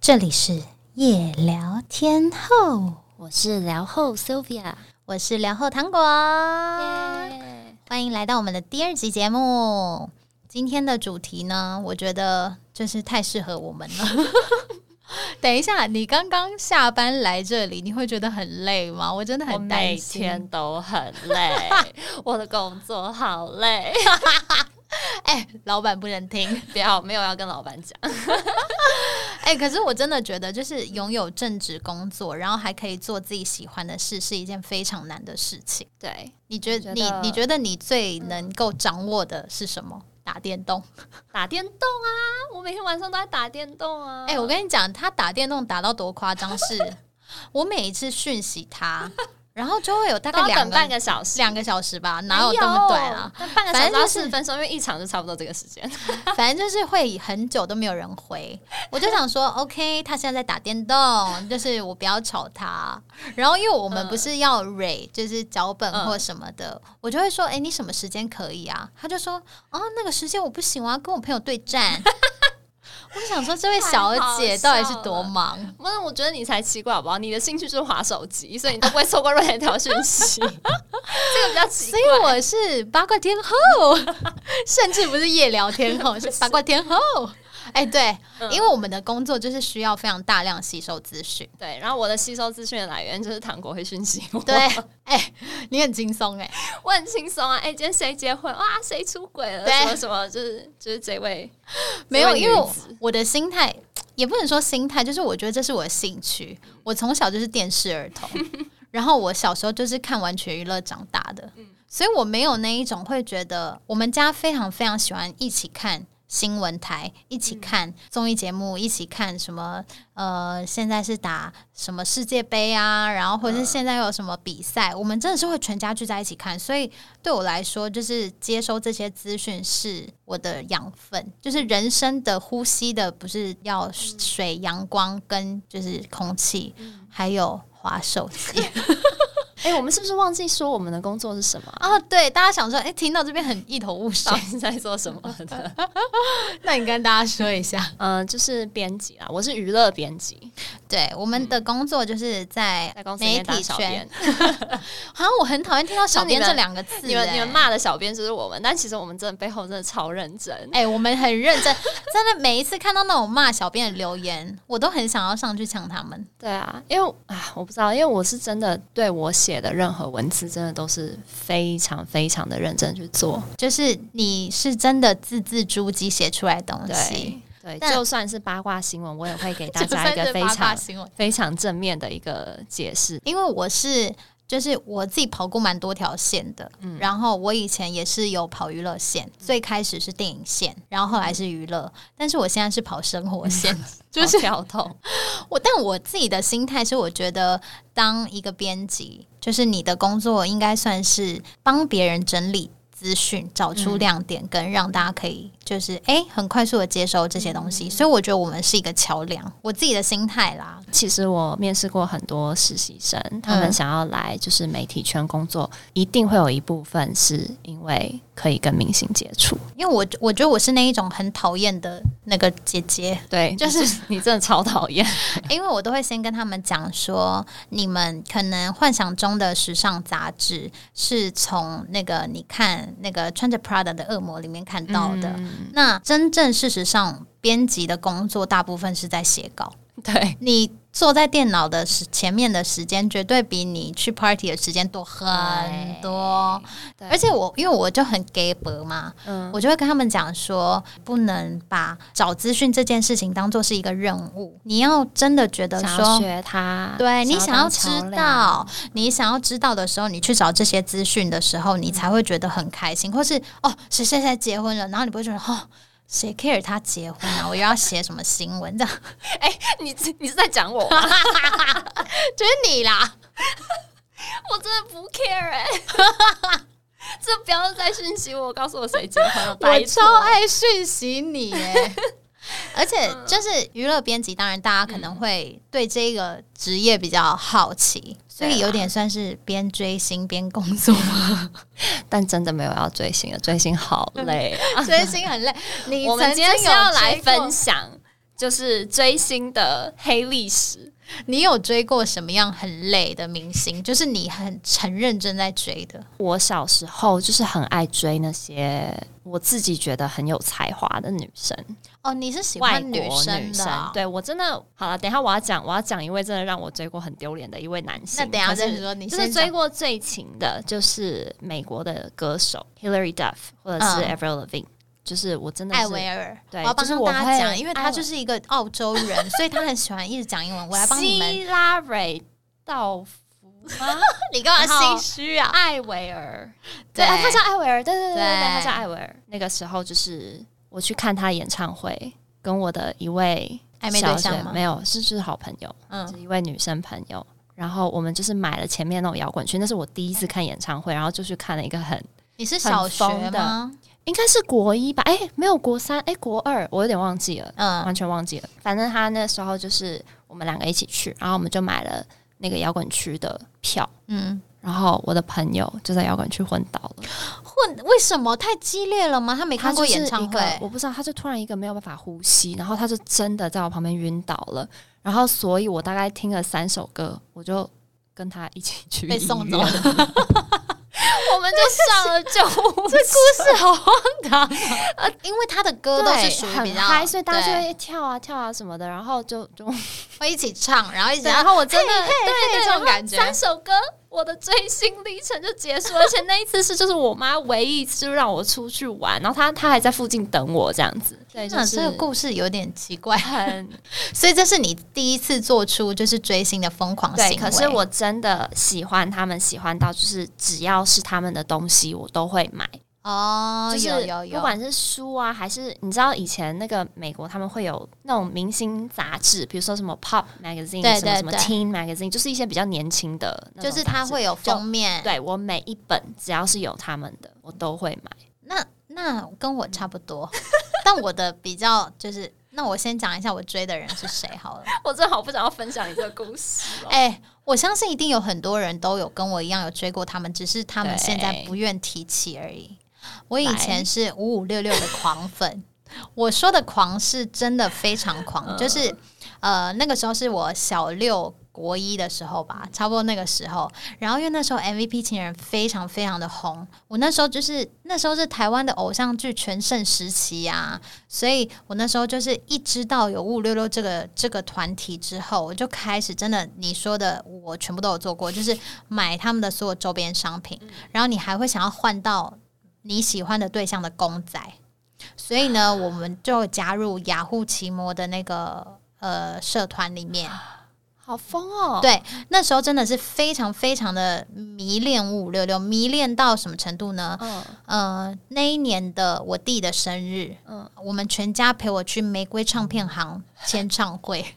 这里是夜聊天后，我是聊后 Sylvia，我是聊后糖果，欢迎来到我们的第二集节目。今天的主题呢，我觉得真是太适合我们了。 等一下，你刚刚下班来这里，你会觉得很累吗？我真的我很每担心。天都很 累，我的工作好累。哎、老板不能听。 不要，没有要跟老板讲。哎、可是我真的觉得，就是拥有正职工作，然后还可以做自己喜欢的事，是一件非常难的事情。对，你觉我得觉得你你觉得你最能够掌握的是什么？打电动。打电动啊，我每天晚上都在打电动啊。哎、我跟你讲，他打电动打到多夸张是，我每一次讯息他，然后就会有大都概要两等半个个小时，两个小时吧，哪有没这么短啊？？但半个小反时正要就是四十分钟，因为一场就差不多这个时间。反正就是会很久都没有人回，我就想说，OK，他现在在打电动，就是我不要吵他。然后因为我们嗯不是要 re 就是脚本嗯或什么的，我就会说，哎、你什么时间可以啊？他就说，哦，那个时间我不行，我要跟我朋友对 战。我想说，这位小姐到底是多忙？不是，我觉得你才奇怪好不好？你的兴趣就是划手机，所以你都不会错过任何一条讯 息。这个比较奇所以我是八卦天 后，甚至不是夜聊天后，是八卦天后。哎、对，嗯因为我们的工作就是需要非常大量吸收资讯。对，然后我的吸收资讯的来源就是糖果会讯息 我，对，哎、你很轻松 哎，我很轻松啊。哎、今天谁结婚？哇，谁出轨了？对什么什么，就是就是这 位没有，这位因为女我子我的心态也不能说心态，就是我觉得这是我的兴趣，我从小就是电视儿 童，然后我小时候就是看完全娱乐长大的，嗯所以我没有那一种会觉得我们家非常非常喜欢一起看。新闻台一起嗯看综艺节目，一起看什么？呃，现在是打什么世界杯啊？然后或嗯者是现在又有什么比赛？我们真的是会全家聚在一起看，所以对我来说，就是接收这些资讯是我的养分，就是人生的呼吸的，不是要嗯水、阳光跟就是空气，还有滑手机。 哎、我们是不是忘记说我们的工作是什么啊？哦，对，大家想说，哎、听到这边很一头雾水 到，底在做什么 的？那你跟大家说一下。嗯、就是编辑啊啦，我是娱乐编辑， 对，我们的工作就是在嗯在公司里媒面当体小圈编，。好像我很讨厌听到“小编”就这你们两个字、你们哎你们骂的小编就是我们，但其实我们真的背后真的超认 真。哎、我们很认真， 真的每一次看到那种骂小编的留言，我都很想要上去呛他们。对啊，因为啊，我不知道，因为我是真的对我写的任何文字，真的都是非常非常的认真去做。就是你是真的字字珠玑写出来的东西对，对，但就算是八卦新闻，我也会给大就家一算个是非八卦常新闻。非常正面的一个解释。因为我是就是我自己跑过蛮多条线的，然后我以前也是有跑娱乐线，最开始是电影线，然后后来是娱乐，但是我现在是跑生活 线，嗯就是好跳痛，我，但我自己的心态是，我觉得当一个编辑，就是你的工作应该算是帮别人整理资讯，找出亮点，跟让大家可以就是哎、诶很快速的接收这些东西。所以我觉得我们是一个桥梁，我自己的心态啦。 其实我面试过很多实习生，嗯他们想要来就是媒体圈工作，一定会有一部分是因为可以跟明星接触。因为我我觉得我是那一种很讨厌的那个姐姐， 对，就是你真的超讨厌。因为我都会先跟他们讲说，你们可能幻想中的时尚杂志是从那个你看那个穿着 Prada 的恶魔里面看到的，嗯那真正事实上编辑的工作大部分是在写稿，对，你。坐在电脑的时前面的时间，绝对比你去 party 的时间多很多。对而且我因为我就很 gay 博嘛，嗯我就会跟他们讲说，不能把找资讯这件事情当做是一个任务，你要真的觉得想要说。学他，对你啊想要当知桥梁道，你想要知道的时候，你去找这些资讯的时候，你才会觉得很开心，或是哦谁谁谁结婚了，然后你不会觉得哦谁 care 他结婚啊，我又要写什么新闻这样， 你你是在讲我吗？ 就是你啦。 我真的不 care 欸哎、 这不要再讯息我，告诉我谁结婚了， 我拜托超爱讯息你耶！ 嗯而且就是娱乐编辑，当然大家可能会对这个职业比较好奇，所以有点算是边追星边工作， 但真的没有要追 星了，追星好累啊。 追星很累。你我们今天是要来分享享就是追星的黑历史。你有追过什么样很累的明星？就是你很很认真在追的，我小时候就是很爱追那些我自己觉得很有才华的女生，哦，你是喜外欢国女生。的啊、对我真的好了，等一下我要讲，我要讲一位真的让我追过很丢脸的一位男性。那等一下可是再说，你就是先追讲过最勤的，就是美国的歌手 Hillary Duff 或者是嗯 Avril Lavigne，、就是我真的艾是薇儿，对我要帮就是我大家讲，会因为艾他薇就是一个澳洲人，所以他很喜欢一直讲英文。我来帮你们，希拉蕊道夫吗？ 你干然后嘛心虚啊？艾薇儿，对对，啊他叫艾薇儿，对对对对，对对他叫艾薇儿。那个时候就是我去看他演唱会，跟我的一位暧昧小对象姐吗没有，是就是好朋友，嗯是一位女生朋友。然后我们就是买了前面那种摇滚区，那是我第一次看演唱会，然后就去看了一个很你是小学很疯的吗？应该是国一吧，哎、没有国三，哎、国二，我有点忘记了，嗯完全忘记了。反正他那时候就是我们两个一起去，然后我们就买了那个摇滚区的票，嗯，然后我的朋友就在摇滚区昏倒了。混为什么太激烈了吗？他没他哎看就过是演唱一会个， 我不知道，他就突然一个没有办法呼吸，然后他就真的在我旁边晕倒了。然后，所以我大概听了三首歌，我就跟他一起去被医送院走 我们就上了救护车，是好荒唐，呃， 因为他的歌都是对，属于比很较嗨，所以大家就对会跳啊跳啊什么的，然后就就会一起唱，然后一起，对然后我真的对这种感觉，三首歌，我的追星历程就结 束。而且那一次是就是我妈唯一一次就让我出去玩，然后她她还在附近等我这样子。对，就那是这个故事有点奇怪， 很所以这是你第一次做出就是追星的疯狂行对。为。可是我真的喜欢他们，喜欢到就是只要是他们的东西，我都会买。哦，就是有有有，不管是书啊，还是你知道以前那个美国他们会有那种明星杂志，比如说什么 Pop Magazine，对什么对什么对 Teen Magazine，就是一些比较年轻的那种就杂志，是它会有封面。对我每一本只要是有他们的，我都会买。那那跟我差不多， 但我的比较就是，那我先讲一下我追的人是谁好了。 我真的好不想要分享你这个故事、哦。哎、我相信一定有很多人都有跟我一样有追过他们，只是他们对现在不愿提起而已。我以来前是五五六六的狂粉，我说的狂是真的非常狂，就是呃那个时候是我小六。国一的时候吧，差不多那个时候，然后因为那时候 MVP 情人非常非常的红，我那时候就是那时候是台湾的偶像剧全盛时期啊，所以我那时候就是一知道有五五六六这个这个团体之后，我就开始真的你说的我全部都有做过，就是买他们的所有周边商品，然后你还会想要换到你喜欢的对象的公仔，所以呢，我们就加入雅虎奇摩的那个呃社团里面， 好疯哦！对，那时候真的是非常非常的迷恋五五六六，迷恋到什么程度呢？嗯，呃，那一年的我弟的生日，嗯嗯，我们全家陪我去玫瑰唱片行签唱会。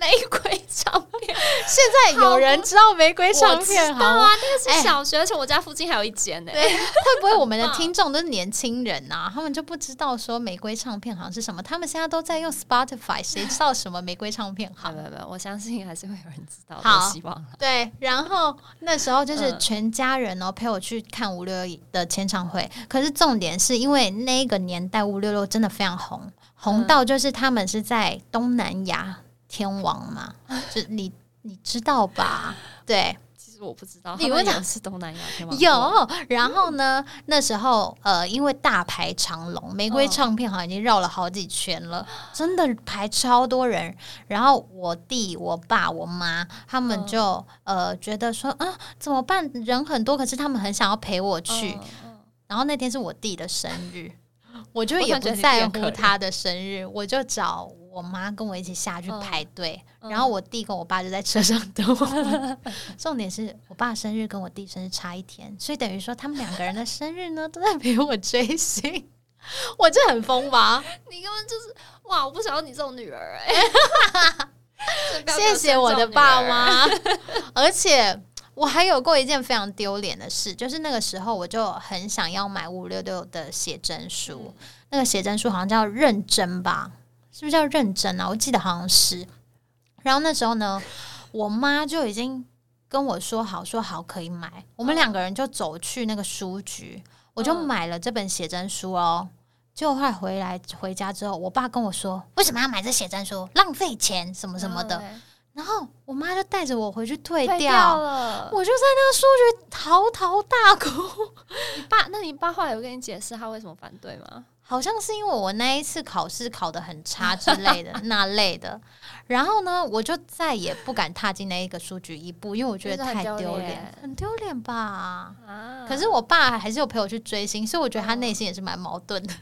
玫瑰唱 片，现 在有人知道玫瑰唱片我知行道吗？啊，那个哎是小学，而且我家附近还有一间呢、对， 会不会我们的很棒听众都是年轻人呐、他们就不知道说玫瑰唱片行是什么，他们现在都在用 Spotify，谁知道什么玫瑰唱片好，行没？有没有，我相信还是会有人知道的，好我希望啦对，然后那时候就是嗯全家人哦陪我去看五六六的签唱会，可是重点是因为那个年代五六六真的非常红，红到就是他们是在东南亚天王嘛，就你你知道吧？对，其实我不知道，你他们问他有是东南亚天王座有，然后呢？那时候呃，因为大排长龙，玫瑰嗯唱片好像已经绕了好几圈了，真的排超多人。然后我弟、我爸、我妈他们嗯就、呃觉得说啊，怎么办？人很多，可是他们很想要陪我去。嗯嗯然后那天是我弟的生日， 我就我也感觉不你在变可乎怜他的生日，我就找我妈跟我一起下去嗯排队，嗯然后我弟跟我爸就在车上等我 们。重点是我爸生日跟我弟生日差一天，所以等于说他们两个人的生日呢都在陪我追星， 我这很疯吧？你根本就是哇！我不想要你这种女儿 哎、 真的不要给谢谢我生这种的女爸儿。 妈，而且。我还有过一件非常丢脸的事，就是那个时候我就很想要买五六六的写真书，嗯那个写真书好像叫认真吧，是不是叫认真啊？我记得好像是。然后那时候呢，我妈就已经跟我说好，说好可以买。我们两个人就走去那个书局，我就嗯买了这本写真书哦。就快回来回家之后，我爸跟我说，为什么要买这写真书，浪费钱嗯什么什么的。然后我妈就带着我回去退退掉了。我就在那个书局嚎啕大哭。你爸，那你爸后来有跟你解释他为什么反对吗？好像是因为我那一次考试考得很差之类 的那类的，然后呢，我就再也不敢踏进那一个书局一步，因为我觉得就是太很丢丢脸脸，很丢脸吧。啊可是我爸还是有陪我去追星，所以我觉得他嗯内心也是蛮矛盾的，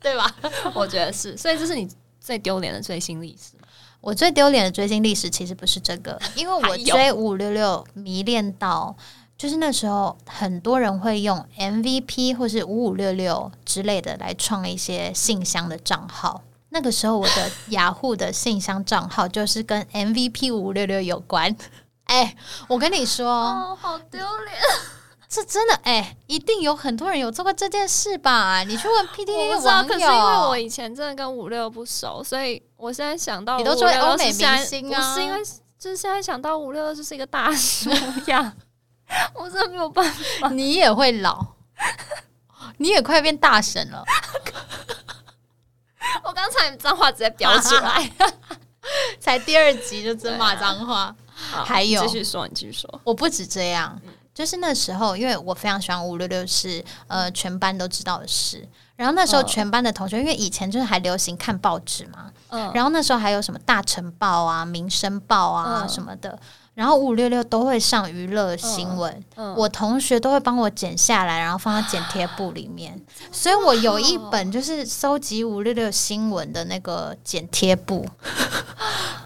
对吧？我觉得是，所以这是你最丢脸的追星历史吗。我最丢脸的追星历史其实不是这 个，因为我还有追五六六迷恋到，就是那时候很多人会用 MVP 或是五五六六之类的来创一些信箱的账号。那个时候我的雅虎的信箱账号就是跟 MVP 五六六有关。 哎、我跟你说，哦，好丢脸！这真的哎、一定有很多人有做过这件事吧？你去问 P T 我 T 不知道，网可友，是因为我以前真的跟五六不熟，所以我现在想到你都追欧美566是现在明星啊不是因为就是现在想到五六就是一个大叔呀， 我真的没有办法。 你也会老，你也快变大神了。我刚才脏话直接飙出来。 才第二集就真骂脏啊话。 好还有你继续说，你继续说。我不止这样，就是那时候，因为我非常喜欢五六六，是呃全班都知道的事。然后那时候嗯全班的同学，因为以前就是还流行看报纸嘛，嗯，然后那时候还有什么《大晨报》啊、《民生报》啊嗯什么的，然后五五六六都会上娱乐新闻，嗯我同学都会帮我剪下来，然后放到剪贴簿里 面，所以我有一本就是收集五六六新闻的那个剪贴 簿，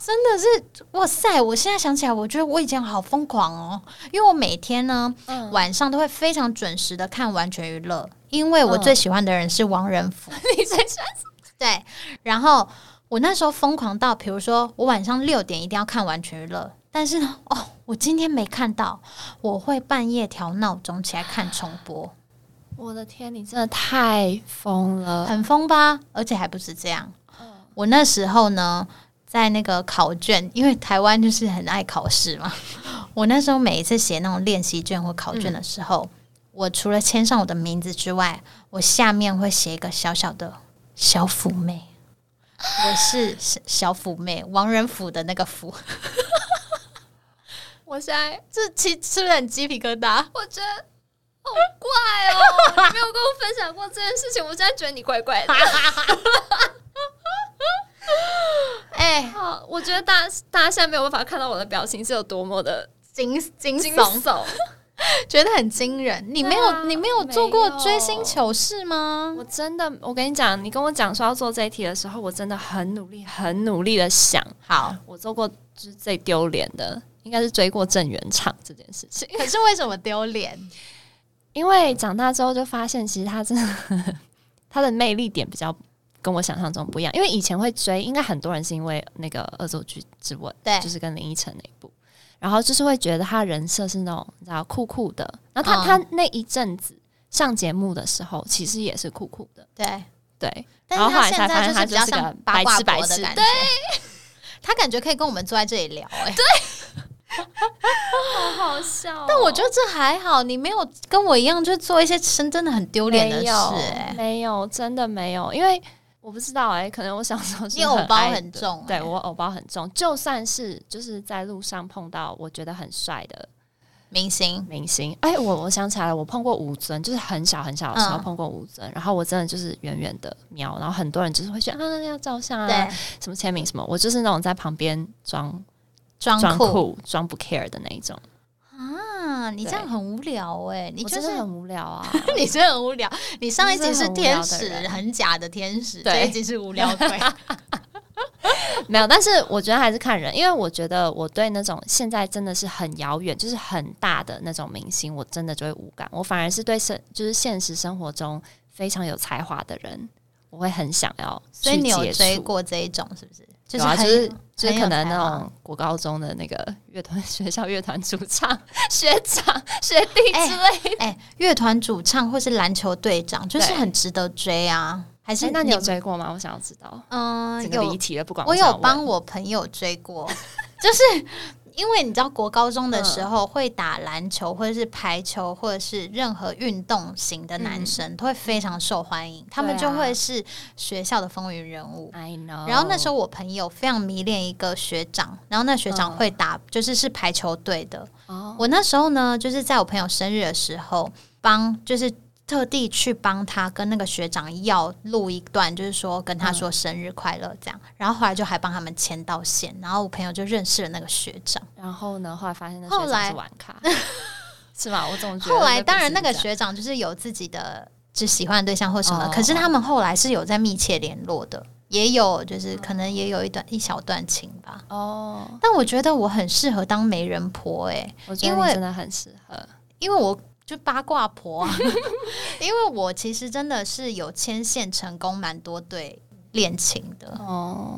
真的是哇塞！我现在想起来，我觉得我以前好疯狂哦，因为我每天呢嗯晚上都会非常准时的看完全娱乐，因为嗯我最喜欢的人是王仁甫， 你最喜欢对，然后我那时候疯狂到，比如说我晚上六点一定要看完全娱乐，但是呢，哦，我今天没看到，我会半夜调闹钟起来看重播，我的天，你真真的太疯了。很疯吧？而且还不是这样，我那时候呢，在那个考卷，因为台湾就是很爱考试嘛， 我那时候每一次写那种练习卷或考卷的时候，我除了签上我的名字之外，我下面会写一个小小的小腐妹。我是小小腐妹，王仁甫的那个腐，我现在这其实是不是很鸡皮疙瘩？我觉得好怪哦，你没有跟我分享过这件事情，我现在觉得你怪怪的。哎、好，我觉得大家大家现在没有办法看到我的表情是有多么的惊惊惊悚，悚。觉得很惊人。你没有、对啊你没有做过没有追星糗事吗？ 我真的，我跟你讲，你跟我讲说要做这一题的时候，我真的很努力、很努力的想，好，我做过就是最丢脸的，应该是追过郑元畅这件事情。 可是为什么丢脸？因为长大之后就发现，其实他真的他的魅力点比较跟我想象中不一样。因为以前会追，应该很多人是因为那个《恶作剧之吻》，对就是跟林依晨那一部，然后就是会觉得他人设是那种你知道酷酷的。然后他、嗯他那一阵子上节目的时候，其实也是酷酷的，对，对。但然是后后来现才发在就是现他比就较是个像八白卦痴白博的痴，感觉 对，，他感觉可以跟我们坐在这里聊、哎，好好笑、但我觉得这还好，你没有跟我一样，就是做一些真真的很丢脸的没事、有哎，没有，真的没有，因为我不知道哎、可能我小时候是 你偶包爱很的重哎对我偶包很重，就算是就是在路上碰到我觉得很帅的明星明星，哎、我我想起来了，我碰过吴尊，就是很小很小的时候嗯碰过吴尊，然后我真的就是远远的瞄，然后很多人就是会说啊要照相对啊，什么签名什么，我就是那种在旁边装装装酷酷装不 care 的那一种，啊，你这样对很无聊哎、你你就真是的很无聊啊， 你真的很无聊。你上一集是天你使是很无聊的，人很假的天使，对这一集是无聊 鬼。没有，但是我觉得还是看人，因为我觉得我对那种现在真的是很遥远，就是很大的那种明星，我真的就会无感。我反而是对生，就是现实生活中非常有才华的人，我会很想要所以去你有接触追，过这一种是不是？就就是是、啊、很就是就是很有可能才那华种国高中的那个乐团学校乐团主唱、学长、学弟之类的。 哎，乐团主唱或是篮球队长，就是对很值得追啊。还哎是那你有追过吗？我想要知道。嗯整个有离题了，不管我想要有帮 问我朋友追过，就是因为你知道，国高中的时候会打篮球，或者是排球，或者是任何运动型的男生，嗯都会非常受欢啊迎，他们就会是学校的风云人物。 I know。然后那时候我朋友非常迷恋一个学长，然后那学嗯长会打，就是是排球队的。哦我那时候呢，就是在我朋友生日的时候，帮就是特地去帮他跟那个学长要录一段，就是说跟嗯他说生日快乐这样。然后后来就还帮他们牵到线，然后我朋友就认识了那个学长。然后呢，后来发现那后学长来是玩 咖，是吧？我总觉得后来当然不那个是这样学长就是有自己的只喜欢的对象或什么，哦可是他们后来是有在密切联络的，也有就是可能也有一段一小段情吧。哦，但我觉得我很适合当媒人婆欸诶、我觉得因为你真的很适合。因为我就八卦婆、啊， 因为我其实真的是有牵线成功蛮多对恋情的，我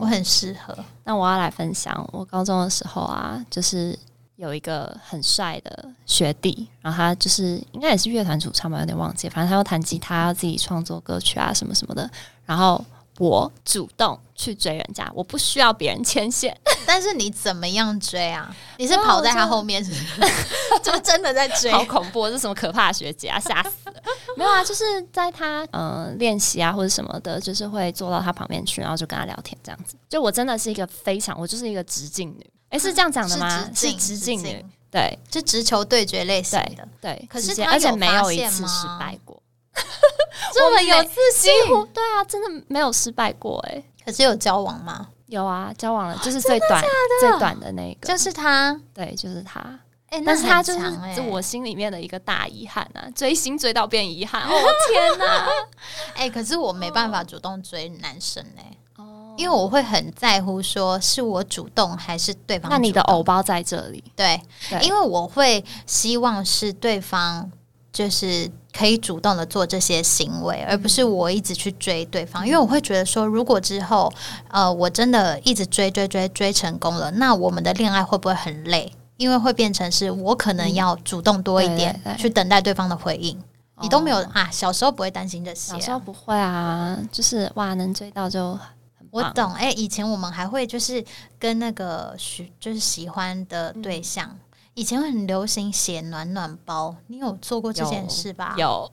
哦，很适合。那我要来分享，我高中的时候啊，就是有一个很帅的学弟，然后他就是应该也是乐团主唱吧，有点忘记，反正他要弹吉他，要自己创作歌曲啊，什么什么的。然后我主动去追人家，我不需要别人牵线，但是你怎么样追啊？你是哦跑在我他真的后面是 不是？就真的在追？好恐怖！这什么可怕的学 姐啊，吓死了！没有啊，就是在他嗯练习啊或者什么的，就是会坐到他旁边去，然后就跟他聊天这样子。就我真的是一个非常，我就是一个直径女，诶，是这样讲的吗？是啊是直直径径女，对就直球对决类型的。对。可是直接他而且有没发有一现次失吗败过，这么有没自信，不哦对啊，真的没有失败过诶，可是有交往吗？有啊，交往了就是最短最短的那一个，就是他，对，就是他。哎、那但是他就很是强哎、就我心里面的一个大遗憾啊，追星追到变遗憾，哦我天 哪！哎、可是我没办法主动追男生哎、哦因为我会很在乎，说是我主动还是对方主动。那你的偶包在这里，对，对因为我会希望是对方就是可以主动的做这些行为，而不是嗯我一直去追对方。因为我会觉得说，如果之后呃我真的一直追追追追成功了，那我们的恋爱会不会很累？因为会变成是我可能要主动多一点，嗯对对对去等待对方的回应。你都没有、哦啊？小时候不会担心这些啊、小时候不会啊，就是哇，能追到就很我棒。懂，哎、以前我们还会就是跟那个喜就是喜欢的对象，以前很流行写暖暖包，你有做过这件事吧？有，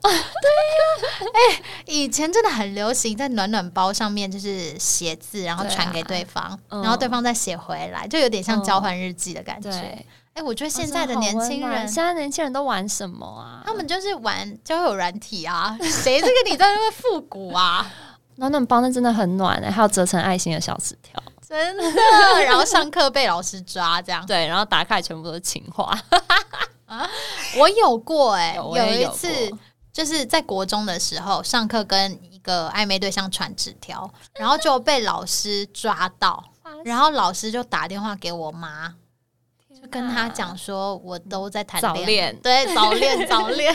以前真的很流行，在暖暖包上面就是写字，然后对啊传给对方，嗯然后对方再写回来，就有点像嗯交换日记的 感觉。哎、对，我觉得现在的哦真年好轻温暖人。现在年轻人都玩什么啊？他们就是玩交友软体啊，谁这个你在那边复古啊？ 暖暖包那真的很暖、欸，还有折成爱心的小纸条，真的，然后上课被老师抓这样。对，然后打开全部都是情话。我有过哎、有我也有一有次过就是在国中的时候，上课跟一个暧昧对象传纸 条，然后就被老师抓到，然后老师就打电话给我妈，就跟她讲说我都在谈早恋爱恋对，早恋，早 恋，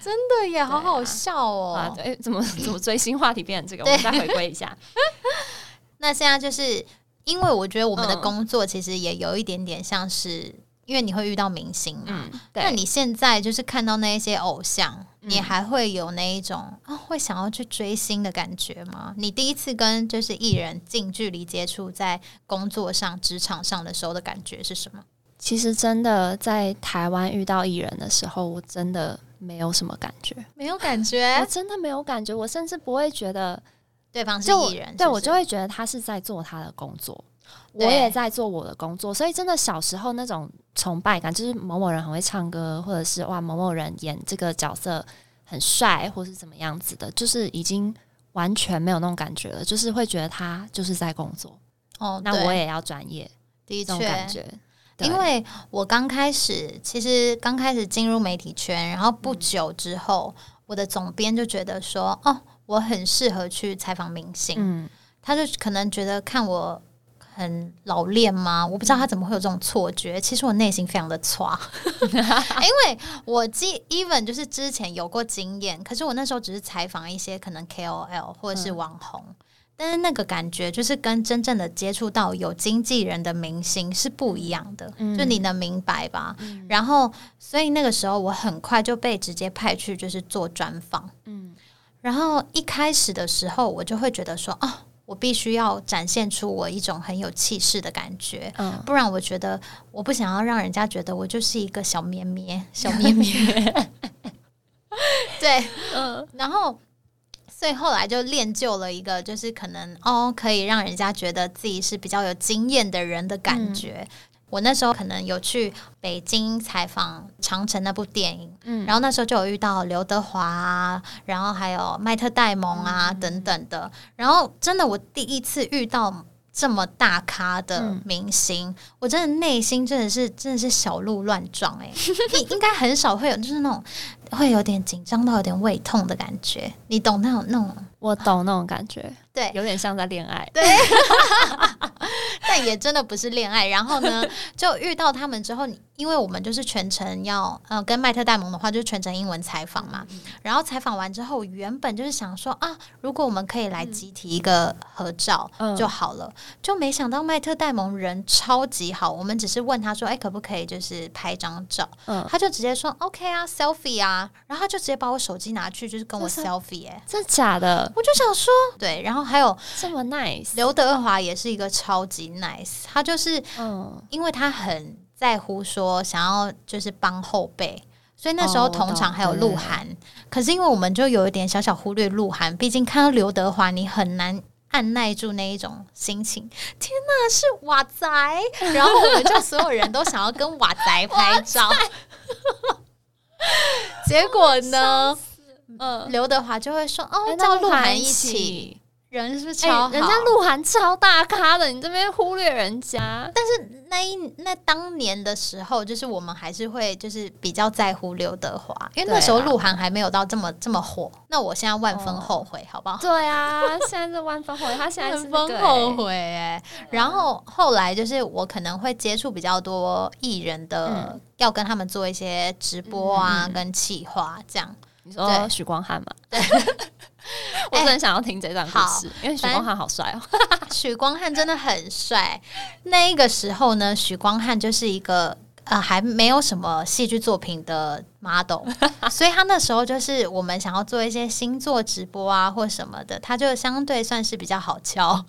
真的耶，好好笑哦、啊，对，怎么怎么追星话题变成 这个？我对们再回归一下，那现在就是因为我觉得我们的嗯工作其实也有一点点像是，因为你会遇到明星嘛，嗯，那对，你现在就是看到那一些偶像，你还会有那一种啊、会想要去追星的感觉吗？你第一次跟就是艺人近距离接触，在工作上、职场上的时候的感觉是什么？其实真的在台湾遇到艺人的时候，我真的没有什么感觉，没有感我觉，真的没有感觉，我甚至不会觉得对方是就艺人，对是不我是就会觉得他是在做他的工作，我对也在做我的工作，所以真的小时候那种崇拜感，就是某某人很会唱歌，或者是哇某某人演这个角色很帅，或是怎么样子的，就是已经完全没有那种感觉了，就是会觉得他就是在工作，哦，那对我也要专业的这种感确。觉，对因为我刚开始，其实刚开始进入媒体圈，然后不久之后，我的总编就觉得说，哦，我很适合去采访明星，嗯他就可能觉得看我很老练吗？我不知道他怎么会有这种错觉。其实我内心非常的 差，因为我记 even 就是之前有过经验，可是我那时候只是采访一些可能 KOL 或者嗯是网红。但是那个感觉就是跟真正的接触到有经纪人的明星是不一样的，嗯就你能明白吧？然后，所以那个时候我很快就被直接派去就是做专访，嗯然后一开始的时候，我就会觉得说，哦，我必须要展现出我一种很有气势的感觉，嗯不然我觉得我不想要让人家觉得我就是一个小咩咩，小咩咩。 对，嗯然后。所以后来就练就了一个，就是可能哦，可以让人家觉得自己是比较有经验的人的感觉。我那时候可能有去北京采访《长城》那部电影，嗯然后那时候就有遇到刘德华啊，然后还有麦特戴蒙啊、等等的。然后真的，我第一次遇到这么大咖的明星，我真的内心真的是真的是小鹿乱撞哎、应应该很少会有就是那种会有点紧张到有点胃痛的感觉，你懂那种那种我懂那种感觉， 对，有点像在恋爱。但也真的不是恋爱。然后呢，就遇到他们之后，你因为我们就是全程要，呃，跟麦特戴蒙的话就是全程英文采访嗯嘛。然后采访完之后，我原本就是想说啊，如果我们可以来集体一个合照嗯就好了，就没想到麦特戴蒙人超级好。我们只是问他说，哎、可不可以就是拍张照？嗯他就直接说 OK 啊，selfie 啊，然后他就直接把我手机拿去，就是跟我这嗯是 selfie 哎、真假的我就想说，对，然后还有这么 nice？刘德华也是一个超级 nice，他就是嗯，因为他很在乎说想要就是帮后辈，所以那时候哦我懂同场还有对鹿晗。可是因为我们就有一点小小忽略鹿晗，毕竟看到刘德华，你很难。按耐住那一种心情，天哪，是瓦仔！然后我们就所有人都想要跟瓦仔拍 照，结果呢，嗯，刘德华就会说：“哎哦，那叫鹿鹿晗晗一一起。起，”人是不是哎超好？，人家鹿晗超大咖的，你这边忽略人家，但那一那当年的时候，就是我们还是会就是比较在乎刘德华，因为那时候对啊鹿晗还没有到这么这么火。那我现在万分后悔，好不好？对啊，现在是哦万分后悔，他啊现在是那个、后悔哎、然后后来就是我可能会接触比较多艺人的，嗯要跟他们做一些直播啊，跟企划这样。你对说许光汉嘛？ 我真的想要听这段故事，因为许光哎汉好帅哦。许光汉真的很帅。那个时候呢，许光汉就是一个呃还没有什么戏剧作品的 model，所以他那时候就是我们想要做一些星座直播啊或什么的，他就相对算是比较好敲。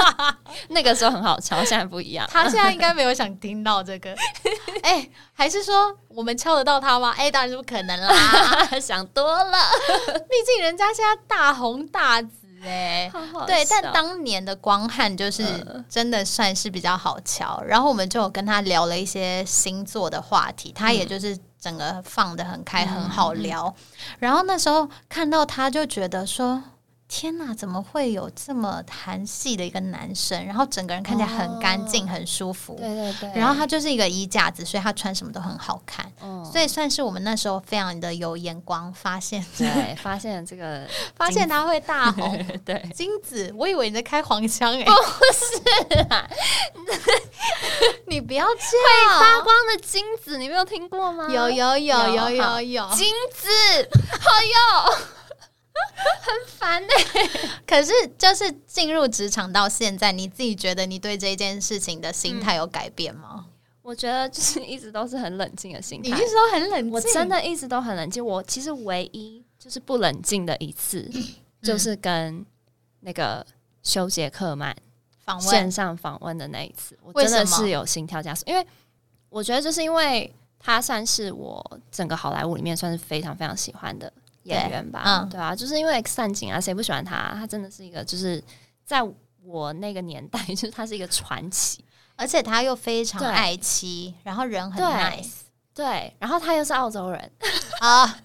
那个时候很好瞧，现在不一样。他现在应该没有想听到这个， 哎、还是说我们敲得到他吗？哎、当然是不可能 啦， 想多了，毕竟人家现在大红大紫哎、 好好对，笑但当年的光汉就是嗯真的算是比较好瞧，然后我们就有跟他聊了一些星座的话题，他也就是整个放得很开，很好嗯聊。然后那时候看到他就觉得说。天呐，怎么会有这么韩系的一个男生？然后整个人看起来很干净、很舒服。哦对对对，然后他就是一个衣架子，所以他穿什么都很好看。嗯所以算是我们那时候非常的有眼光，发 现对发现这个发现他会 大哦红，对，金子，我以为你在开黄腔 哎、啊你不要这发样。光的金子，你没有听过吗？有有有有有有，金子，哎呦，很烦哎、可是就是进入职场到现在，你自己觉得你对这件事情的心态有改变吗？我觉得就是一直都是很冷静的心你态那，时候很冷静，我真的一直都很冷静。我其实唯一就是不冷静的一次，嗯就是跟那个修杰克曼访问线上访问的那一次，我为真的什么是有心跳加速，因为我觉得就是因为他算是我整个好莱坞里面算是非常非常喜欢的演员吧，对嗯对啊，就是因为 X 战警啊，谁不喜欢他啊？他真的是一个就是在我那个年代， 就是他是一个传奇，而且他又非常对爱妻，然后人很对 nice 对，然后他又是澳洲人，啊，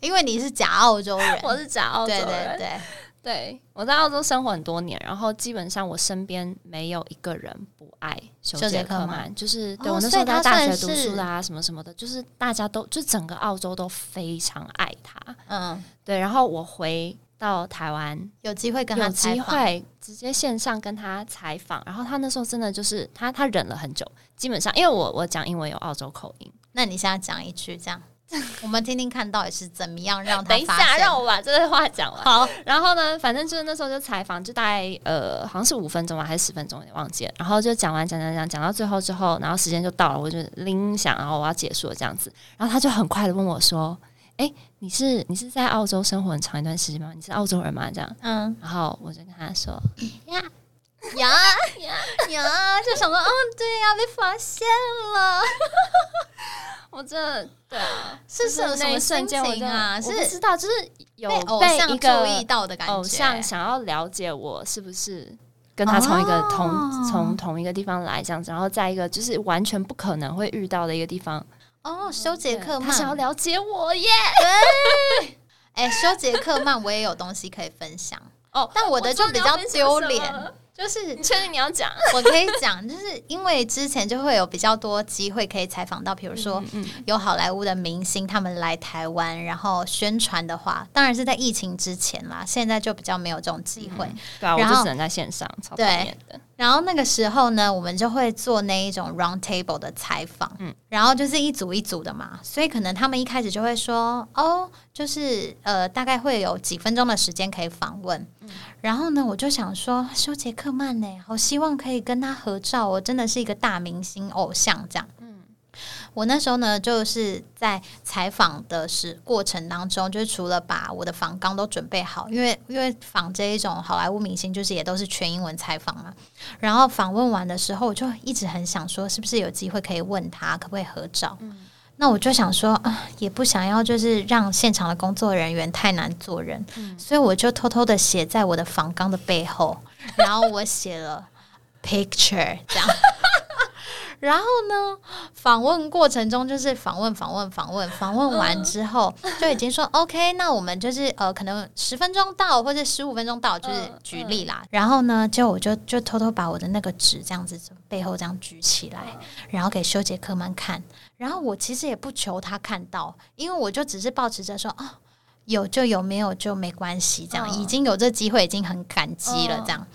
因为你是假澳洲人，我是假澳洲对对人，对，对，我在澳洲生活很多年，然后基本上我身边没有一个人不爱修修杰杰克克曼曼，就是哦对我那时所以候他在大算学读是书的啊，什么什么的，就是大家都就整个澳洲都非常爱他。嗯，对，然后我回到台湾，有机会跟他有采机访，会直接线上跟他采访，然后他那时候真的就是他他忍了很久，基本上因为我我讲英文有澳洲口音，那你现在讲一句 这样，我们听听看到底是怎么样让他等一发下现让我把这句话讲完。好，然后呢，反正就是那时候就采访，就大概呃，好像是五分钟吧，还是十分钟，有点忘记了。然后就讲完讲讲讲讲到最后之后，然后时间就到了，我就铃响，然后我要结束了这样子。然后他就很快的问我说：“哎、你是你是在澳洲生活很长一段时间吗？你是澳洲人吗？”这样，嗯 然后我就跟他说，呀呀，就想说，哦，对呀、被发现了，我真的对啊，是就是什那么一瞬间我心就情啊？我不是知道，就是有被偶被像一注个意到的感觉，偶像想要了解我是不是跟他从一个同哦从、同一个地方来这样子，然后在一个就是完全不可能会遇到的一个地方，哦，修杰克他想要曼，了解我耶。哎、修杰克曼，我也有东西可以分享，哦，但我的就比较丢我知道你要分享什脸么了，就是你确定你要讲？ 我可以讲，就是因为之前就会有比较多机会可以采访到，比如说有好莱坞的明星他们来台湾，然后宣传的话，当然是在疫情之前啦，现在就比较没有这种机会。 对啊，我然就后只能在线上，超讨对厌的。然后那个时候呢，我们就会做那一种 round table 的采访，然后就是一组一组的嘛，所以可能他们一开始就会说，哦，就是呃，大概会有几分钟的时间可以访问。然后呢，我就想说，修杰克曼呢，好希望可以跟他合照哦，我真的是一个大明星偶像这样。我那时候呢，就是在采访的时过程当中，就是除了把我的访纲都准备好，因为因为访这一种好莱坞明星，就是也都是全英文采访嘛。然后访问完的时候，我就一直很想说，是不是有机会可以问他可不可以合照？那我就想说啊，也不想要就是让现场的工作人员太难做人，嗯所以我就偷偷的写在我的访纲的背后，然后我写 了 picture 这样。然后呢，访问过程中就是访问、访问、访问，访问嗯完之后就已经 说 OK，那我们就是呃，可能十分钟到或者十五分钟到，就是嗯举例啦。然后呢，就我就就偷偷把我的那个纸这样子从背后这样举起来，嗯然后给修杰克曼看。然后我其实也不求他看到，因为我就只是保持着说哦，有就有，没有就没关系，这样、嗯已经有这机会，已经很感激了，这样。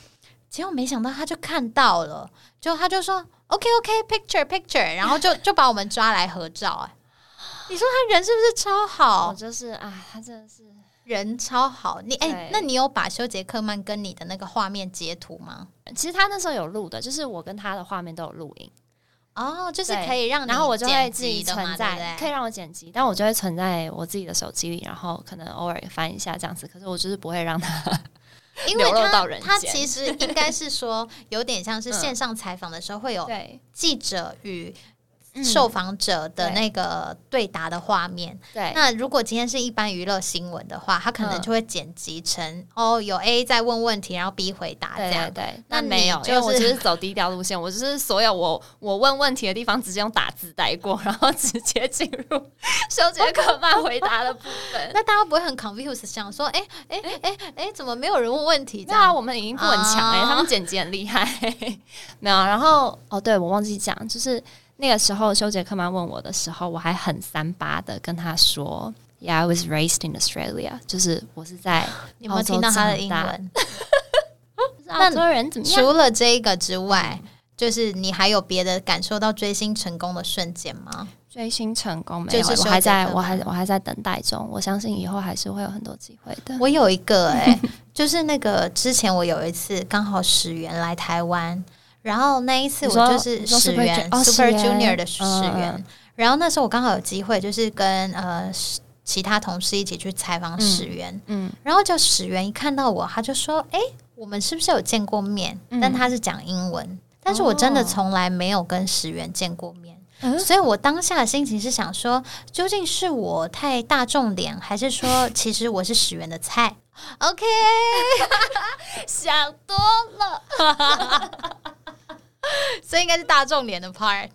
结果没想到他就看到了，就他就说 OK OK picture picture，然后 就就把我们抓来合照、哎，你说他人是不是超我好？就是啊，他真的是人超好，你哎、对那你有把修杰克曼跟你的那个画面截图吗？其实他那时候有录的，就是我跟他的画面都有录音，哦，就是对可以让你然后我就会剪自己辑的嘛存对在，不可对以让我剪辑，但我就会存在我自己的手机里，然后可能偶尔翻一下这样子。可是我就是不会让他，因为流露他到人间他其实应该是说有点像是嗯线上采访的时候会有对，记者与嗯受访者的对那个对答的画面。对，那如果今天是一般娱乐新闻的话，他可能嗯就会剪辑成、哦，有 A 在问问题，然后 B 回答这对对样。对，那但没有，你因为就我是只是走低调路线，我就是所有我我问问题的地方直接用打字带过，然后直接进入修杰克曼回答的部 分。那大家不会很 confused，想说，哎哎哎哎，怎么没有人问问题？这那样，啊我们已经不很强哎、哦他们剪辑很厉害、 没有，然后哦，对我忘记讲，就是那个时候修杰克曼问我的时候，我还很三八的跟他说，Yeah, I was raised in Australia，就是我是在你有哦没有听到他的英澳洲长文？ 大澳洲人怎么样？啊除了这个之外，嗯就是你还有别的感受到追星成功的瞬间吗？追星成功没有？就是我修还杰在克我还我还在等待中，我相信以后还是会有很多机会的。我有一个哎、 就是那个之前我有一次刚好始源来台湾，然后那一次你说我就你是说始 Super 源 Ju- 哦 Super 始源 Junior 的始源，嗯嗯然后那时候我刚好有机会，就是跟呃其他同事一起去采访始源，嗯，然后就始源一看到我，他就说：“哎、我们是不是有见过面？”但嗯他是讲英文，但是我真的哦从来没有跟始源见过面。所以我当下的心情是想说，究竟是我太大众脸，还是 说其实我是始源的菜？OK， 想多 所以应该是大众脸的 part，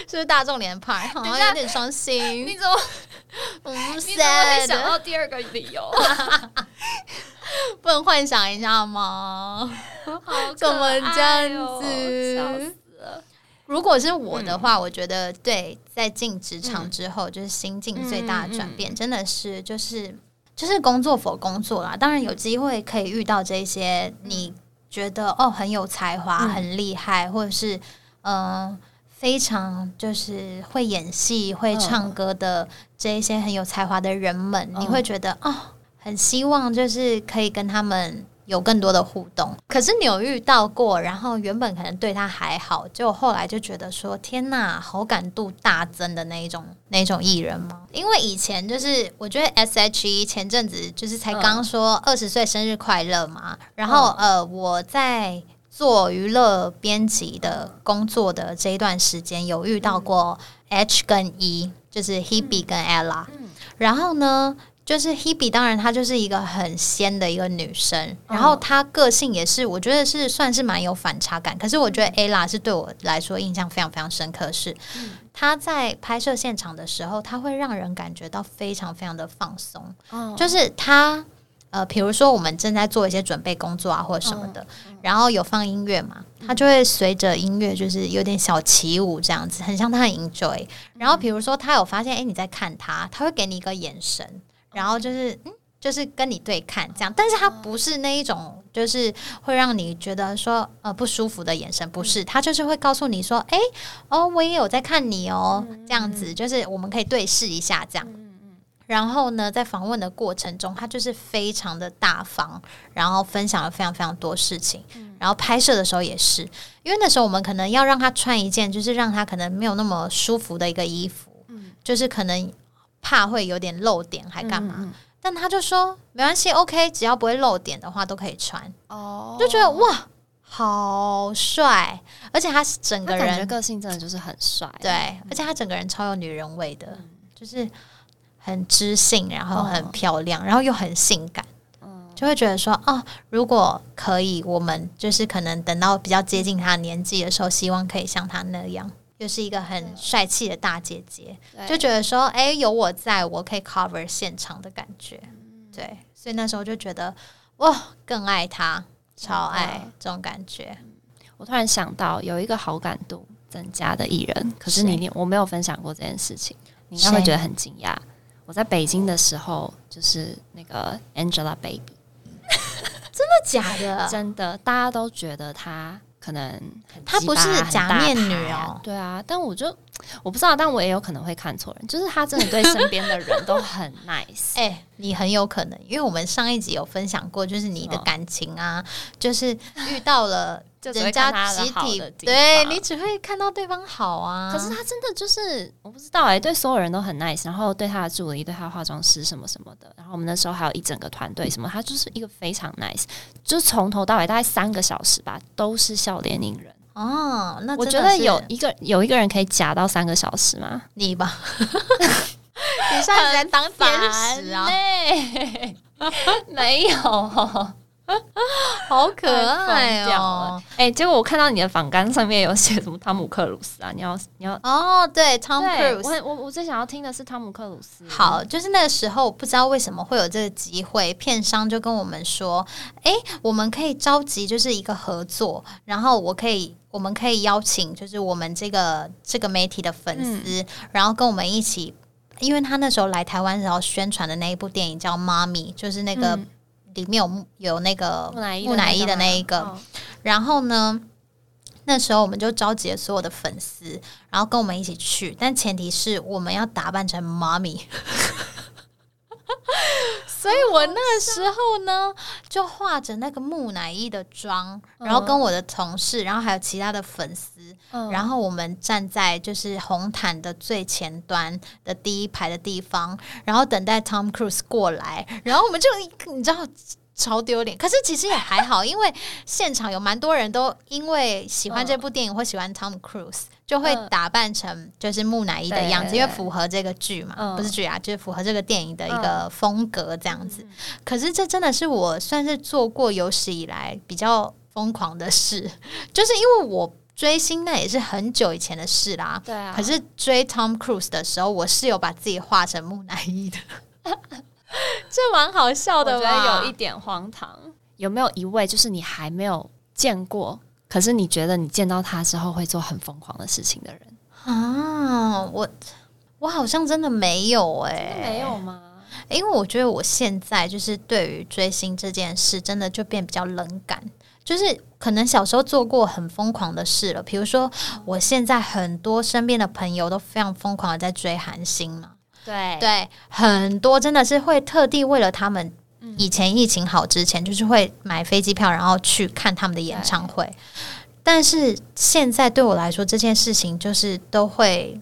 是不是大众脸的 part？好像有点伤心，怎 么嗯你怎么会想，sad，到第二个理 由？不能幻想一下吗？好怎可么爱这样哦子笑死了。如果是我的嗯话，我觉得对，在进职场之后，就是心境最大的转嗯变，真的是就是就是工作否工作啦。当然有机会可以遇到这些你觉得哦很有才华、嗯很厉害，或者是嗯、呃非常就是会演戏、会唱歌的这一些很有才华的人们，嗯嗯你会觉得哦很希望就是可以跟他们有更多的互动。可是你有遇到过，然后原本可能对他还好，就后来就觉得说天呐，好感度大增的那一种那一种艺人吗？因为以前就是我觉得 S H E 前阵子就是才刚说二十岁生日快乐嘛，然后呃我在。做娱乐编辑的工作的这一段时间，有遇到过 H 跟 E，就是 Hebe 跟 Ella。然后呢，就是 Hebe，当然她就是一个很仙的一个女生，然后她个性也是，我觉得是算是蛮有反差感。可是我觉得 Ella 是对我来说印象非常非常深刻，是她在拍摄现场的时候，她会让人感觉到非常非常的放松，哦嗯就是她。呃，比如说我们正在做一些准备工作啊，或者什么的，然后有放音乐嘛，他就会随着音乐就是有点小起舞这样子，很像他很 enjoy。然后比如说他有发现，哎、你在看他，他会给你一个眼神，然后就是嗯，就是跟你对看这样，但是他不是那一种就是会让你觉得说呃不舒服的眼神，不是，他就是会告诉你说，哎、哦，我也有在看你哦，嗯这样子，就是我们可以对视一下这样。然后呢，在访问的过程中，他就是非常的大方，然后分享了非常非常多事情。嗯然后拍摄的时候也是，因为那时候我们可能要让他穿一件，就是让他可能没有那么舒服的一个衣服，嗯就是可能怕会有点露点，还干嘛？嗯但他就说没关系，OK，只要不会露点的话都可以穿。哦就觉得哇，好帅！而且他是整个他感觉人个性真的就是很帅，对，而且他整个人超有女人味的，就是很知性，然后很漂亮，然后又很性感。就会觉得说，哦，如果可以，我们就是可能等到比较接近他的年纪的时候，希望可以像他那样，又是一个很帅气的大姐姐，对就觉得说，哎、有我在，我可以 cover 现场的感觉。对，所以那时候就觉得，哇，更爱他，超爱这种感觉。我突然想到有一个好感度增加的艺人，可是谁你我没有分享过这件事情，你应该会谁觉得很惊讶。我在北京的时候，就是那个 Angelababy，真的假的？真的大家都觉得她可能嗯很她不是鸡巴很假大面牌女啊哦对啊，但我就我不知道，但我也有可能会看错人，就是她真的对身边的人都很 nice，哎、你很有可能，因为我们上一集有分享过，就是你的嗯感情啊，就是遇到了 就只会人家看她的集好体的，地对方嗯你只会看到对方好啊。可是她真的就是我不知道哎、对所有人都很 nice，然后对她的助理、对她的化妆师什么什么的，然后我们那时候还有一整个团队什么，她就是一个非常 nice，就从头到尾大概三个小时吧，都是笑脸迎人。哦，那我真觉的得是有一个有一个人可以假到三个小时吗？你 吧，你上次在当天使啊，欸嘞， 没有哦，好可太爱疯掉了哦。哎、结果我看到你的访纲上面有写什么汤姆克鲁斯啊，你要你要。哦，对，Tom 对，我 Cruise。很我我最想要听的是汤姆克鲁斯。好，就是那个时候，不知道为什么会有这个机会，片商就跟我们说，诶，我们可以召集就是一个合作，然后我可以，我们可以邀请就是我们这个这个媒体的粉丝，嗯然后跟我们一起，因为他那时候来台湾然后宣传的那一部电影叫《妈咪》，就是那个、嗯里面有木有那个木乃伊木乃伊的那一个，哦然后呢，那时候我们就召集了所有的粉丝，然后跟我们一起去，但前提是我们要打扮成妈咪。所以我那个时候呢，就化着那个木乃伊的妆，然后跟我的同事，然后还有其他的粉丝，嗯然后我们站在就是红毯的最前端的第一排的地方，然后等待 Tom Cruise 过来，然后我们就你知道超丢脸，可是其实也还好，因为现场有蛮多人都因为喜欢这部电影或喜欢 Tom Cruise，就会嗯打扮成就是木乃伊的样子，对因为符合这个剧嘛，嗯不是剧啊，就是符合这个电影的一个风格这样子。可是这真的是我算是做过有史以来比较疯狂的事， 就是因为我追星那也是很久以前的事啦。对啊，可是追 Tom Cruise 的时候，我是有把自己画成木乃伊的，这蛮好笑我的觉吧？得有一点荒唐。有没有一位就是你还没有见过，可是你觉得你见到他之后会做很疯狂的事情的人？啊，我我好像真的没有哎、没有吗？因为我觉得我现在就是对于追星这件事，真的就变比较冷感。就是可能小时候做过很疯狂的事了，比如说我现在很多身边的朋友都非常疯狂的在追韩星嘛，对对，很多真的是会特地为了他们以前疫情好之前，就是会买飞机票，然后去看他们的演唱会。但是现在对我来说，这件事情就是都会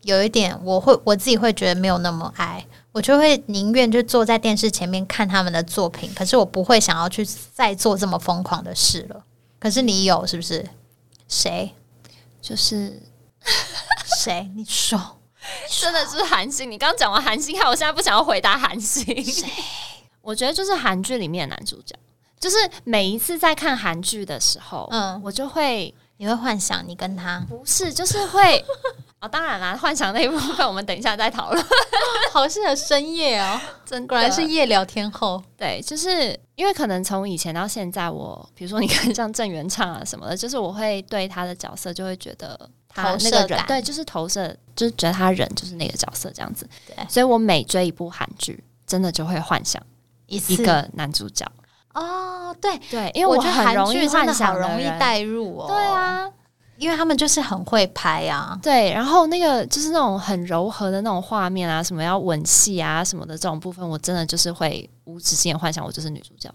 有一点，我会我自己会觉得没有那么爱，我就会宁愿就坐在电视前面看他们的作品，可是我不会想要去再做这么疯狂的事了。可是你有是不是？谁就是谁？你说 真的是韩星。你刚讲完韩星，害我现在不想要回答韩星。 我觉得就是韩剧里面的男主角，就是每一次在看韩剧的时候，嗯我就会你会幻想你跟他不是就是会 哦，当然啦，幻想那一部分我们等一下再 讨论。 好适合深夜哦，真果然是夜聊天后。 对，就是因为可能从以前到现在我，比如说你看像郑元畅啊什么的，就是我会对他的角色就会觉得他投射那个人感对，就是投射，就是觉得他人就是那个角色这样子。对所以我每追一部韩剧，真的就会幻想一一次个男主角。哦，对，对，因为我觉得很韩容剧易真的幻想好的容易人。带入哦。对，啊，因为他们就是很会拍啊。对，然后那个就是那种很柔和的那种画面啊，什么要吻戏啊什么的这种部分，我真的就是会无止境的幻想我就是女主角，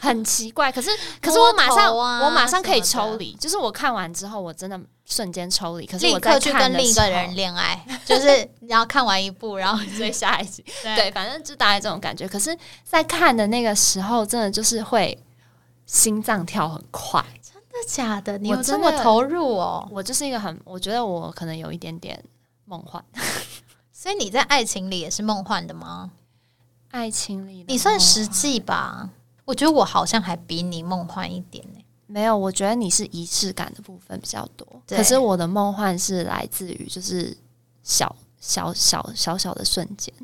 很奇怪。可是可是我马摸上、头啊我马上可以什么的抽离，就是我看完之后我真的瞬间抽离，可是立我在刻去看的跟另一个时候人恋爱， 就是然后看完一部，然后 追下一集， 对，反正就大概这种感觉。可是，在看的那个时候，真的就是会心脏跳很快。真的假的？你我有这真么的投入哦？我就是一个很，我觉得我可能有一点点梦幻， 所以你在爱情里也是梦幻的吗？爱情里的你算梦实幻际吧？我觉得我好像还比你梦幻一点呢、没有，我觉得你是仪式感的部分比较多，对可是我的梦幻是来自于就是小小小小小的瞬间。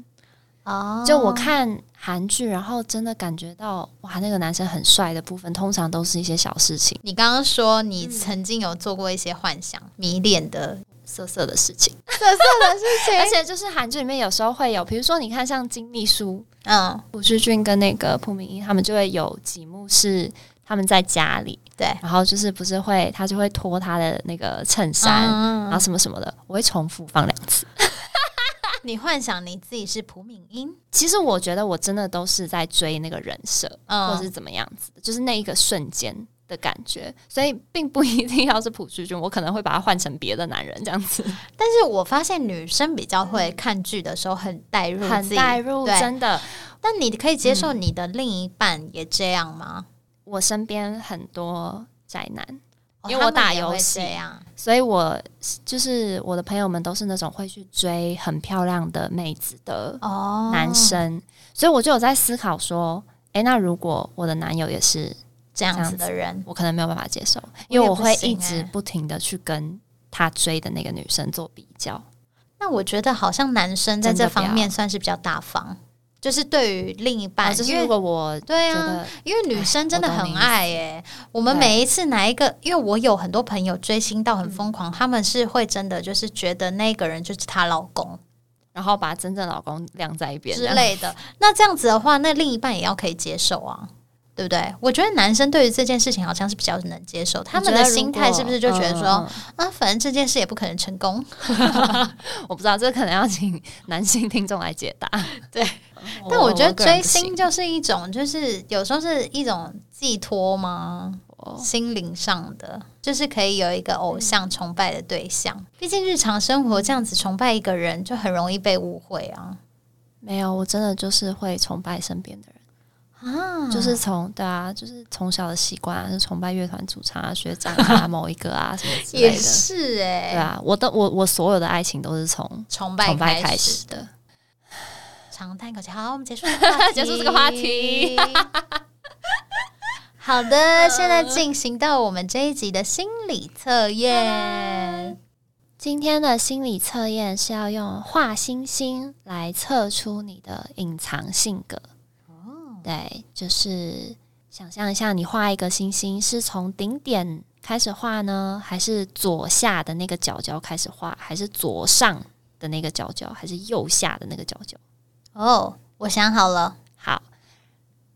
哦就我看韩剧，然后真的感觉到哇，那个男生很帅的部分，通常都是一些小事情、你刚刚说你曾经有做过一些幻想、迷恋的色色的事情。事 而，且就是韩剧里面有时候会有，比如说你看像金秘书嗯，朴叙俊跟那个朴敏英，他们就会有几幕是他们在家里，对，然后就是不是会他就会脱他的那个衬衫，然嗯后什么什么的，我会重复放两次。你幻想你自己是朴敏英，其实我觉得我真的都是在追那个人设，嗯或者是怎么样子的，就是那一个瞬间的感觉，所以并不一定要是朴叙俊，我可能会把他换成别的男人这样 子，但是我发现女生比较会看剧的时候很带入，很代入，嗯对真的。但你可以接受你的另一半也这样吗？我身边很多宅男，哦因为我他打们也会游戏这样，所以我就是我的朋友们都是那种会去追很漂亮的妹子的哦，男生，所以我就有在思考说，诶，那如果我的男友也是这样子的人，我可能没有办法接受，也因为我不会行一直欸不停的去跟他追的那个女生做比较。那我觉得好像男生在真的这不要方面算是比较大方，就是对于另一半，啊就是因如为果我对觉啊，得哎因为女生真的很爱耶、我们对每一次哪一个，因为我有很多朋友追星到嗯很疯狂，他们是会真的就是觉得那个人就是她老公然后把真正老公晾在一边之，类的。那这样子的话，那另一半也要可以接受啊，对不对？我觉得男生对于这件事情好像是比较能接受，他们的心态是不是就觉得说、嗯哦啊，反正这件事也不可能成功，我不知道，这可能要请男性听众来解答。对嗯，但我觉得个人追不行星就是一种，就是有时候是一种寄托吗？我心灵上的，就是可以有一个嗯偶像崇拜的对象。毕竟日常生活这样子崇拜一个人，就很容易被误会啊。没有，我真的就是会崇拜身边的人。啊，就是从对啊，就是从小的习惯、啊，就崇拜乐团主唱啊、学长啊、某一个啊什么之类 也的。是哎、对啊，我的我我所有的爱情都是从崇拜崇拜开开始始。的。长叹一口气，好，我们结束这个话题结束这个话题。 好的，现在进行到我们这一集的心理测验。今天的心理测验是要用画星星来测出你的隐藏性格。对，就是想象一下，你画一个星星是从顶点开始画呢，还是左下的那个角角开始画，还是左上的那个角角，还是右下的那个角角？哦，我想好了，好，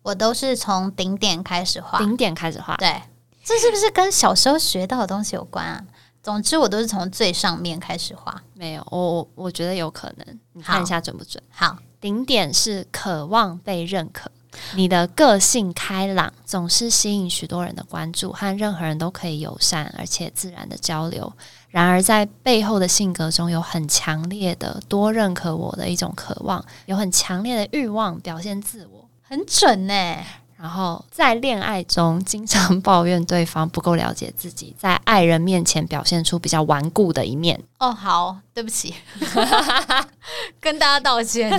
我都是从顶点开始画。顶点开始画。对，这是不是跟小时候学到的东西有关啊？总之，我都是从最上面开始画。没有，我我我觉得有可能，你看一下准不准？好，顶点是渴望被认可，你的个性开朗，总是吸引许多人的关注，和任何人都可以友善而且自然的交流。然而，在背后的性格中有很强烈的多认可我的一种渴望，有很强烈的欲望表现自我。很准呢、然后在恋爱中经常抱怨对方不够了解自己，在爱人面前表现出比较顽固的一面。哦，好，对不 起，跟大家道歉。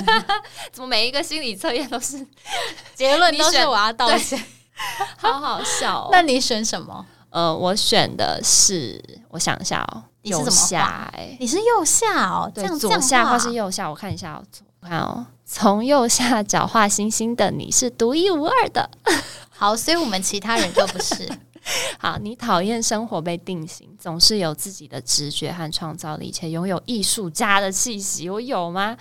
怎么每一个心理测验都是结论都你是选我要道歉。好好笑、 哦那你选什么？呃，我选的是，我想一下哦，你是右怎么下哎、你是右下哦，这对，样左下或或是右下，我看一下哦，左我看哦，从右下角画星星的你是独一无二的。好，所以我们其他人都不 是。好，你讨厌生活被定型，总是有自己的直觉和创造力，且拥有艺术家的气息。我有吗？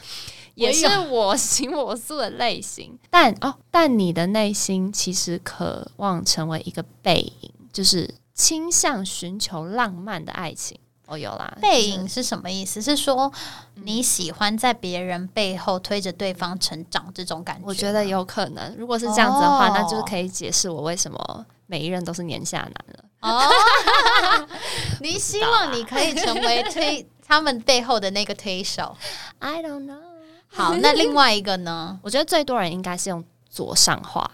也是我行我素的类型，但哦，但你的内心其实渴望成为一个背影，就是倾向寻求浪漫的爱情。哦，有啦，背影是什么意思？是说嗯你喜欢在别人背后推着对方成长这种感觉？我觉得。有可能，如果是这样子的话，哦那就是可以解释我为什么每一任都是年下男了。哦， 你希望你可以成为推他们背后的那个推手。 I don't know。好，那另外一个呢？我觉得最多人应该是用左上画，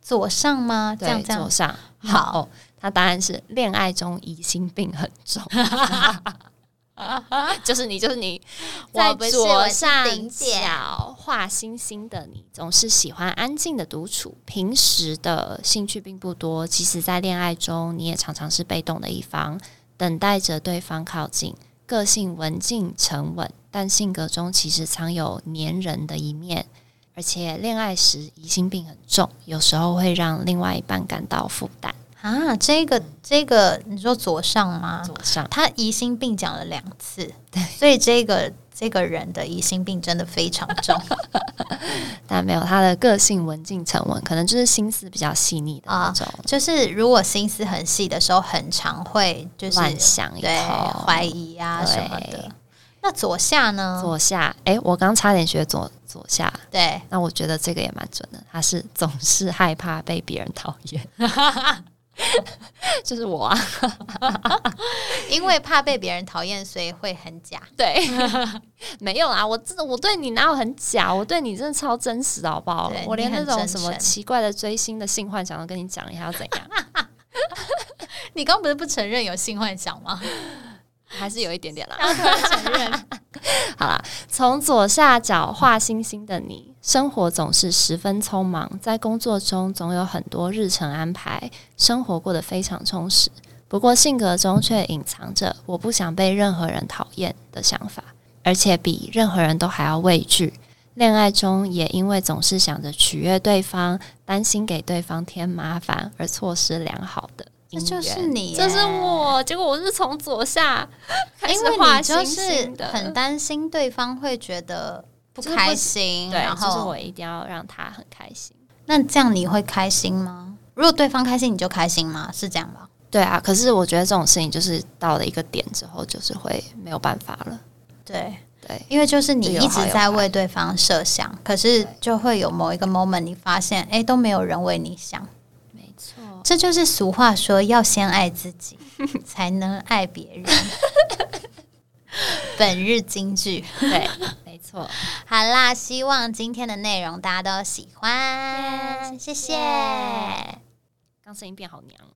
左上吗？这对，样这左样。上。好哦，他答案是恋爱中疑心病很 重。 就是你，就是你，在在不是 我左是上顶点角画星星的你，总是喜欢安静的独处，平时的兴趣并不多。即使在恋爱中，你也常常是被动的一方，等待着对方靠近。个性文静沉稳，但性格中其实藏有粘人的一面。而且恋爱时疑心病很重，有时候会让另外一半感到负担。啊，这个这个，你说左上吗？左上，他疑心病讲了两次，所以这个这个人的疑心病真的非常重但没有他的个性文静沉稳，可能就是心思比较细腻的那啊种，就是如果心思很细的时候，很常会就是乱想一对通。怀疑啊什么对的。那左下呢？左下，哎、我刚差点学左左下，对，那我觉得这个也蛮准的。他是总是害怕被别人讨 厌，就是我啊，因为怕被别人讨厌，所以会很假。对， 没有啊，我真的我对你哪有很假，我对你真的超真实的，好不好对？我连你那很种真什么诚奇怪的追星的性幻想都跟你讲一下，要怎 样？你刚不是不承认有性幻想 吗？还是有一点点啦。他突然承认，好啦，从左下角画星星的你，生活总是十分匆忙，在工作中总有很多日程安排，生活过得非常充实。不过性格中却隐藏着我不想被任何人讨厌的想法，而且比任何人都还要畏惧。恋爱中也因为总是想着取悦对方，担心给对方添麻烦，而错失良好的姻这就缘。是你耶，这是我，结果我是从左下开因始为画你星就是星的，很担心对方会觉得不就是不开心，对，然就是后我一定要让他很开心。那这样你会开心吗？如果对方开心，你就开心吗？是这样吧？对啊，可是我觉得这种事情就是到了一个点之后，就是会没有办法了。对，对，因为就是你就有一直好有在坏为对方设想，可是就会有某一个 moment，你发现哎都没有人为你想，没错。这就是俗话说要先爱自 己，才能爱别人。 本日金句，对， 没错。好啦，希望今天的内容大家都喜欢，谢谢。刚声音变好娘了。哦